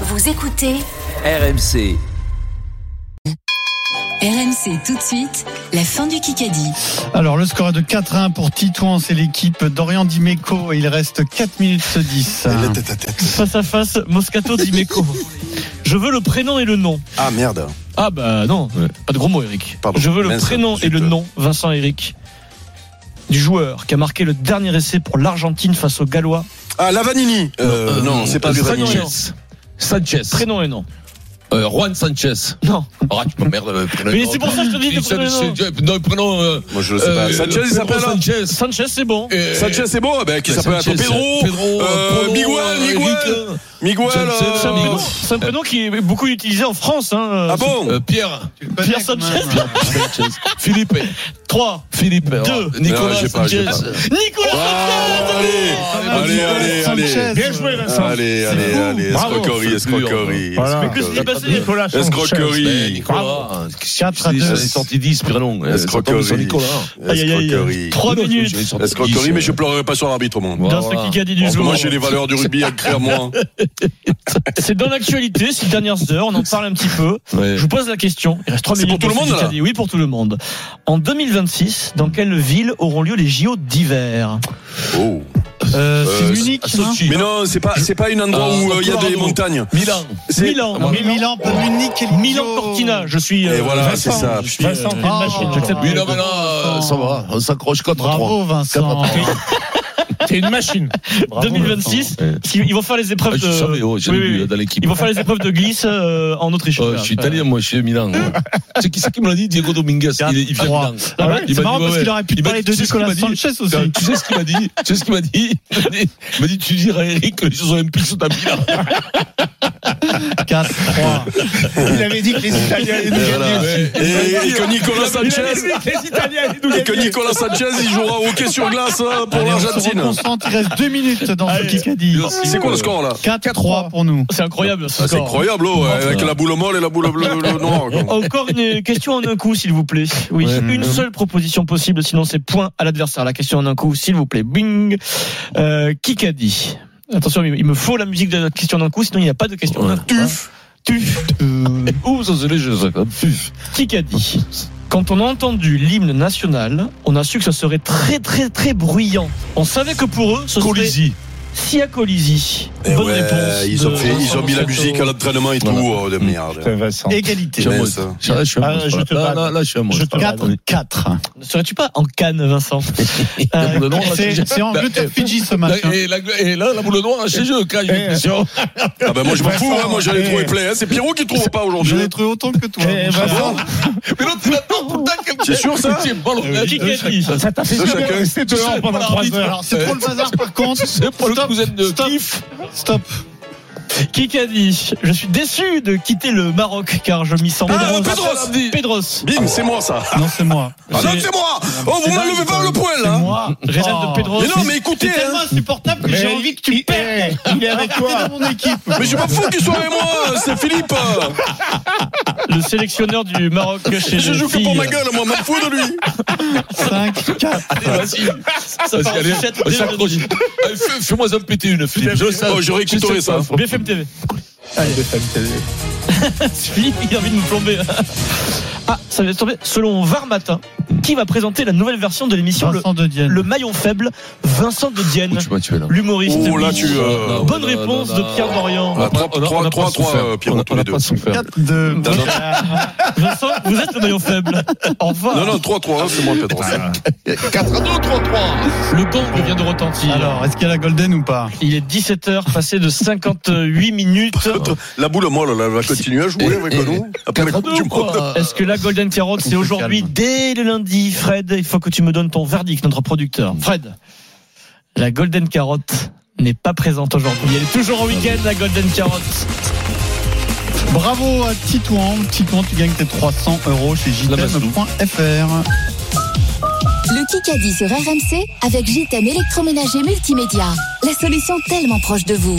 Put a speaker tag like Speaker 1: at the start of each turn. Speaker 1: Vous écoutez
Speaker 2: RMC.
Speaker 3: RMC tout de suite, la fin du Kikadi.
Speaker 4: Alors le score est de 4-1 pour Titouan, c'est l'équipe d'Orient Dimeco et il reste 4 minutes 10.
Speaker 5: Et la tête à tête.
Speaker 6: Face à face, Moscato Dimeco. Je veux le prénom et le nom.
Speaker 5: Ah merde.
Speaker 6: Ah bah non, pas de gros mots Eric.
Speaker 5: Pardon.
Speaker 6: Je veux le
Speaker 5: Mince,
Speaker 6: prénom et
Speaker 5: zut.
Speaker 6: le nom, Vincent Eric, du joueur qui a marqué le dernier essai pour l'Argentine face aux Gallois.
Speaker 5: Ah Lavanini. Euh, non, c'est pas du
Speaker 6: Sanchez.
Speaker 5: Lavanini.
Speaker 7: Sanchez.
Speaker 6: Prénom et nom.
Speaker 7: Euh, Juan Sanchez.
Speaker 6: Non.
Speaker 7: Ah, tu m'emmerdes. euh, prénom.
Speaker 6: Mais c'est pour ça que je te dis le prénom et le
Speaker 7: Sanchez,
Speaker 6: nom.
Speaker 7: Sanchez, Non, prénom. euh,
Speaker 5: Moi je le sais pas.
Speaker 7: euh,
Speaker 5: Sanchez il
Speaker 7: Pedro
Speaker 5: s'appelle. hein
Speaker 7: Sanchez.
Speaker 6: Sanchez, c'est bon.
Speaker 7: Euh,
Speaker 5: Sanchez c'est bon. Eh Ben qui
Speaker 7: Sanchez,
Speaker 5: s'appelle attends, Pedro.
Speaker 7: Pedro,
Speaker 5: euh,
Speaker 7: Polo,
Speaker 5: Miguel,
Speaker 7: euh,
Speaker 5: Miguel.
Speaker 7: Eric,
Speaker 5: Miguel.
Speaker 7: Sanchez,
Speaker 5: euh,
Speaker 6: C'est un prénom-
Speaker 7: Amigo.
Speaker 6: c'est un prénom qui est beaucoup utilisé en France. Hein.
Speaker 5: Ah bon.
Speaker 7: euh, Pierre.
Speaker 6: Pierre Sanchez.
Speaker 7: Sanchez. Philippe.
Speaker 6: 3.
Speaker 7: Philippe. euh,
Speaker 5: Non,
Speaker 7: Nicolas
Speaker 5: j'ai pas, j'ai
Speaker 7: Sanchez.
Speaker 5: pas.
Speaker 6: Nicolas
Speaker 5: Ah,
Speaker 6: Euh, Sanchez
Speaker 5: allez, allez, allez, allez.
Speaker 6: Bien joué, Vincent.
Speaker 5: Allez, allez, allez,
Speaker 7: Bravo,
Speaker 5: escroquerie,
Speaker 7: c'est dur.
Speaker 5: escroquerie.
Speaker 8: Voilà.
Speaker 6: Mais que se dit
Speaker 5: escroquerie.
Speaker 6: passé Nicolas
Speaker 7: Mais
Speaker 5: Escroquerie.
Speaker 7: Ben, Nicolas. hein,
Speaker 4: Quatre à deux.
Speaker 7: J'ai sorti 10 prénom. Euh, ça tombe sur
Speaker 5: Escroquerie.
Speaker 7: Nicolas.
Speaker 6: Aïe, aïe, aïe.
Speaker 5: Escroquerie.
Speaker 6: 3 minutes
Speaker 7: J'en ai sorti
Speaker 5: Escroquerie,
Speaker 7: 10,
Speaker 5: mais je
Speaker 7: euh,
Speaker 5: pleurerai pas sur l'arbitre au monde.
Speaker 6: dans
Speaker 7: Voilà.
Speaker 6: ce Kikadi du
Speaker 7: Parce que
Speaker 6: jour.
Speaker 5: Moi j'ai les valeurs du rugby à créer moi.
Speaker 6: C'est dans l'actualité, ces dernières heures, on en parle un petit peu.
Speaker 7: ouais.
Speaker 6: Je vous pose la question. Il reste 3
Speaker 5: Euh, C'est
Speaker 6: minutes.
Speaker 5: pour tout le
Speaker 6: ce
Speaker 5: monde,
Speaker 6: Kikadi. Oui, pour tout le monde. En 2026, dans quelle ville auront lieu les JO d'hiver
Speaker 5: Oh.
Speaker 6: euh,
Speaker 5: Euh,
Speaker 6: C'est Munich,
Speaker 4: hein.
Speaker 7: Sochi.
Speaker 6: non
Speaker 5: Mais non, c'est pas, c'est pas un endroit
Speaker 7: Ah,
Speaker 5: où euh, il y a des
Speaker 7: Colorado.
Speaker 5: montagnes.
Speaker 7: Milan.
Speaker 5: C'est-
Speaker 6: Milan.
Speaker 4: Ah, Mais Milan, pas Munich et
Speaker 6: Milan Cortina, je suis.
Speaker 5: Ah, Et
Speaker 6: euh,
Speaker 5: voilà, c'est
Speaker 6: Vincent.
Speaker 5: ça.
Speaker 6: Je suis Vincent, t'es une
Speaker 4: Ah.
Speaker 6: machine, j'accepte.
Speaker 7: Oui, non, mais là, euh, ça va. On s'accroche 4 3.
Speaker 4: Bravo Vincent.
Speaker 8: T'es une machine.
Speaker 6: 2026,
Speaker 7: Ouais.
Speaker 6: parce qu'ils- ils vont faire les épreuves
Speaker 7: Ah, je savais,
Speaker 6: de.
Speaker 7: oh, j'avais
Speaker 6: Oui, oui,
Speaker 7: vu
Speaker 5: euh,
Speaker 6: oui.
Speaker 7: dans l'équipe.
Speaker 6: Ils vont faire les épreuves de glisse euh, en Autriche.
Speaker 5: Oh,
Speaker 7: Euh, je suis italien, moi, je suis Milan. ouais. c'est qui, c'est qui me l'a dit Diego Dominguez. Il, il vient de
Speaker 4: Trois.
Speaker 7: Milan.
Speaker 4: Ah ouais,
Speaker 7: Il
Speaker 4: C'est
Speaker 7: m'a
Speaker 4: marrant
Speaker 7: dit, ouais,
Speaker 4: parce qu'il
Speaker 7: ouais.
Speaker 4: aurait pu
Speaker 7: Il m'a
Speaker 4: parler
Speaker 7: dit,
Speaker 4: de
Speaker 7: tu sais ce qu'il
Speaker 4: Nicolas
Speaker 7: m'a dit
Speaker 4: Sanchez aussi.
Speaker 7: Tu sais ce qu'il m'a dit Tu sais ce qu'il m'a dit Il m'a dit- il m'a dit, tu diras à Eric que les Jeux Olympiques sont à Milan.
Speaker 4: Ah 4, 3.
Speaker 8: Il avait dit que les Italiens allaient nous
Speaker 5: Et, voilà.
Speaker 8: gagner.
Speaker 5: Et- et que Nicolas
Speaker 8: Il
Speaker 5: Sanchez,
Speaker 8: avait dit que les Italiens allaient nous
Speaker 5: et que
Speaker 8: gagner.
Speaker 5: Nicolas Sanchez, il jouera au hockey sur glace euh, pour
Speaker 4: Allez, on se
Speaker 5: l'Argentine.
Speaker 4: reconcentre, il reste 2 minutes dans ce
Speaker 6: Allez.
Speaker 4: Kikadi.
Speaker 5: C'est quoi le score là
Speaker 4: Ah, 4-3 pour nous.
Speaker 6: C'est incroyable ce
Speaker 5: Ah, C'est
Speaker 6: score.
Speaker 5: incroyable, oh, avec la boule molle et la boule bleue bleue noire. quoi.
Speaker 6: Encore une question en un coup, s'il vous plaît. Oui,
Speaker 7: Ouais.
Speaker 6: une seule proposition possible, sinon c'est point à l'adversaire. La question en un coup, s'il vous plaît. Bing. Euh, qui qu'a dit Attention, il me faut la musique de la question d'un coup, sinon il n'y a pas de question.
Speaker 7: Ouais.
Speaker 6: d'un coup. Tuf.
Speaker 5: Euh.
Speaker 7: Où ça, c'est les Jeux ça, comme puf.
Speaker 6: Qui qu'a dit Quand on a entendu l'hymne national, on a su que ça serait très très très bruyant. On savait que pour eux, ce serait
Speaker 7: Colisi.
Speaker 6: Sia Colisi.
Speaker 5: Eh
Speaker 6: Bonne
Speaker 5: ouais,
Speaker 6: réponse.
Speaker 5: ils ont,
Speaker 6: de
Speaker 5: fait- ils ont mis la
Speaker 6: Moscato.
Speaker 5: musique à l'entraînement et tout.
Speaker 7: Voilà.
Speaker 5: Oh, de merde.
Speaker 8: Putain, Vincent.
Speaker 7: Je
Speaker 4: Égalité.
Speaker 7: suis un
Speaker 5: Mais
Speaker 7: monstre.
Speaker 5: ça.
Speaker 7: Là, je suis un
Speaker 8: Ah,
Speaker 7: monstre.
Speaker 8: je te
Speaker 7: Là,
Speaker 8: bats.
Speaker 7: là, là, je suis un
Speaker 8: Je
Speaker 7: monstre.
Speaker 8: te bats.
Speaker 4: 4-4.
Speaker 6: Ne serais-tu pas en Cannes, Vincent Euh,
Speaker 7: La boule noire, là, chez-
Speaker 4: C'est c'est
Speaker 5: Bah,
Speaker 4: Angleterre-Fidji ce match. hein.
Speaker 7: Et, la, et là, la boule noire, là, chez eux, quand j'ai
Speaker 8: Eh.
Speaker 7: l'impression.
Speaker 5: Ah ben moi je m'en fous, hein, moi j'allais
Speaker 8: Eh.
Speaker 5: trouver plein. hein. C'est Pierrot qui trouve pas
Speaker 4: Je
Speaker 5: aujourd'hui. Ah
Speaker 4: l'ai trouvé autant que toi.
Speaker 8: Eh, Vincent,
Speaker 7: Mais l'autre, il attend tout le temps quelqu'un.
Speaker 4: Eh.
Speaker 5: C'est sûr, ça
Speaker 7: Tu es pas le-
Speaker 6: Qui qu'a dit
Speaker 8: ça t'a fait
Speaker 5: Ça,
Speaker 8: chier de
Speaker 5: chacun.
Speaker 8: rester dehors
Speaker 7: sais,
Speaker 8: pendant
Speaker 7: pour
Speaker 8: 3
Speaker 7: l'arbitre.
Speaker 8: heures.
Speaker 4: Alors c'est trop le
Speaker 5: Eh.
Speaker 4: bazar par contre.
Speaker 7: C'est pour le
Speaker 4: Stop,
Speaker 7: cousin de
Speaker 4: stop.
Speaker 7: Kif.
Speaker 4: Stop.
Speaker 6: Qui qu'a dit Je suis déçu de quitter le Maroc car je m'y sens
Speaker 5: Ah,
Speaker 6: Pedros.
Speaker 5: Pedros.
Speaker 6: Pedros.
Speaker 5: Bim, c'est moi ça.
Speaker 4: Non c'est moi.
Speaker 5: Ah non, c'est moi Oh, vous m'enlevez pas le poil
Speaker 4: C'est
Speaker 5: là
Speaker 4: moi. Oh.
Speaker 6: Rénal de Pedros.
Speaker 5: Mais non, mais écoutez,
Speaker 4: C'est tellement
Speaker 5: hein.
Speaker 4: insupportable que j'ai
Speaker 8: Mais
Speaker 4: envie que tu
Speaker 8: il-
Speaker 4: perdes.
Speaker 8: eh, Il est avec toi.
Speaker 4: T'es dans mon équipe.
Speaker 5: mais je m'en fous qu'il soit avec moi, c'est Philippe.
Speaker 6: Le sélectionneur du Maroc chez
Speaker 5: Je
Speaker 6: les
Speaker 5: joue que pour
Speaker 6: filles.
Speaker 5: ma gueule, moi, m'en fous de lui.
Speaker 4: 5, 4.
Speaker 7: Allez, vas-y.
Speaker 6: Ça part en sucette dès la
Speaker 7: s'accroche.
Speaker 6: minute.
Speaker 7: Allez, fais- Fais-moi un péter une, Philippe. Je sais-
Speaker 5: Oh, j'aurais
Speaker 7: je sais
Speaker 5: écouté ça.
Speaker 7: pas.
Speaker 6: BFM TV. Philippe, il a envie de nous plomber. Ah, ça vient de tomber. Selon Var Matin, qui va présenter la nouvelle version de l'émission le,
Speaker 4: Vincent de Dienne.
Speaker 6: le maillon faible Vincent de Dienne,
Speaker 7: Oh, tu m'as tué, là.
Speaker 6: l'humoriste.
Speaker 5: Oh, là, tu, Oh euh,
Speaker 7: Non,
Speaker 6: Bonne
Speaker 7: non,
Speaker 6: réponse
Speaker 7: non,
Speaker 6: de
Speaker 7: non.
Speaker 6: Pierre Dorian. Oh,
Speaker 7: On a pas-
Speaker 5: Trois-
Speaker 7: on a-
Speaker 5: trois-
Speaker 7: on a
Speaker 5: trois-
Speaker 7: pas
Speaker 5: trois,
Speaker 7: souffert.
Speaker 5: euh, Pierrot,
Speaker 7: On a-
Speaker 5: tous les
Speaker 7: on a
Speaker 5: deux.
Speaker 7: pas souffert.
Speaker 4: 4, 2.
Speaker 5: T'as notre-
Speaker 6: Vincent, vous êtes le maillon faible. Au revoir.
Speaker 5: Non, non, 3-3, c'est moi, Pedro.
Speaker 7: 4 à 2, 3 3.
Speaker 6: Le gong vient de retentir.
Speaker 4: Alors, est-ce qu'il y a la Golden ou pas
Speaker 6: Il est 17h, passé de 58 minutes.
Speaker 5: La boule molle, là, elle va continuer à jouer avec nous. Après la Coupe du Monde.
Speaker 6: Est-ce que la Golden Carotte, c'est aujourd'hui
Speaker 4: calme.
Speaker 6: dès le lundi Fred, il faut que tu me donnes ton verdict, notre producteur. Fred, la Golden Carotte n'est pas présente aujourd'hui. Elle est toujours en week-end, la Golden Carotte.
Speaker 4: Bravo à Titouan. Titouan, tu gagnes tes 300 euros chez jtm.fr.
Speaker 3: Le Kikadi sur RMC avec JTM électroménager multimédia. La solution tellement proche de vous.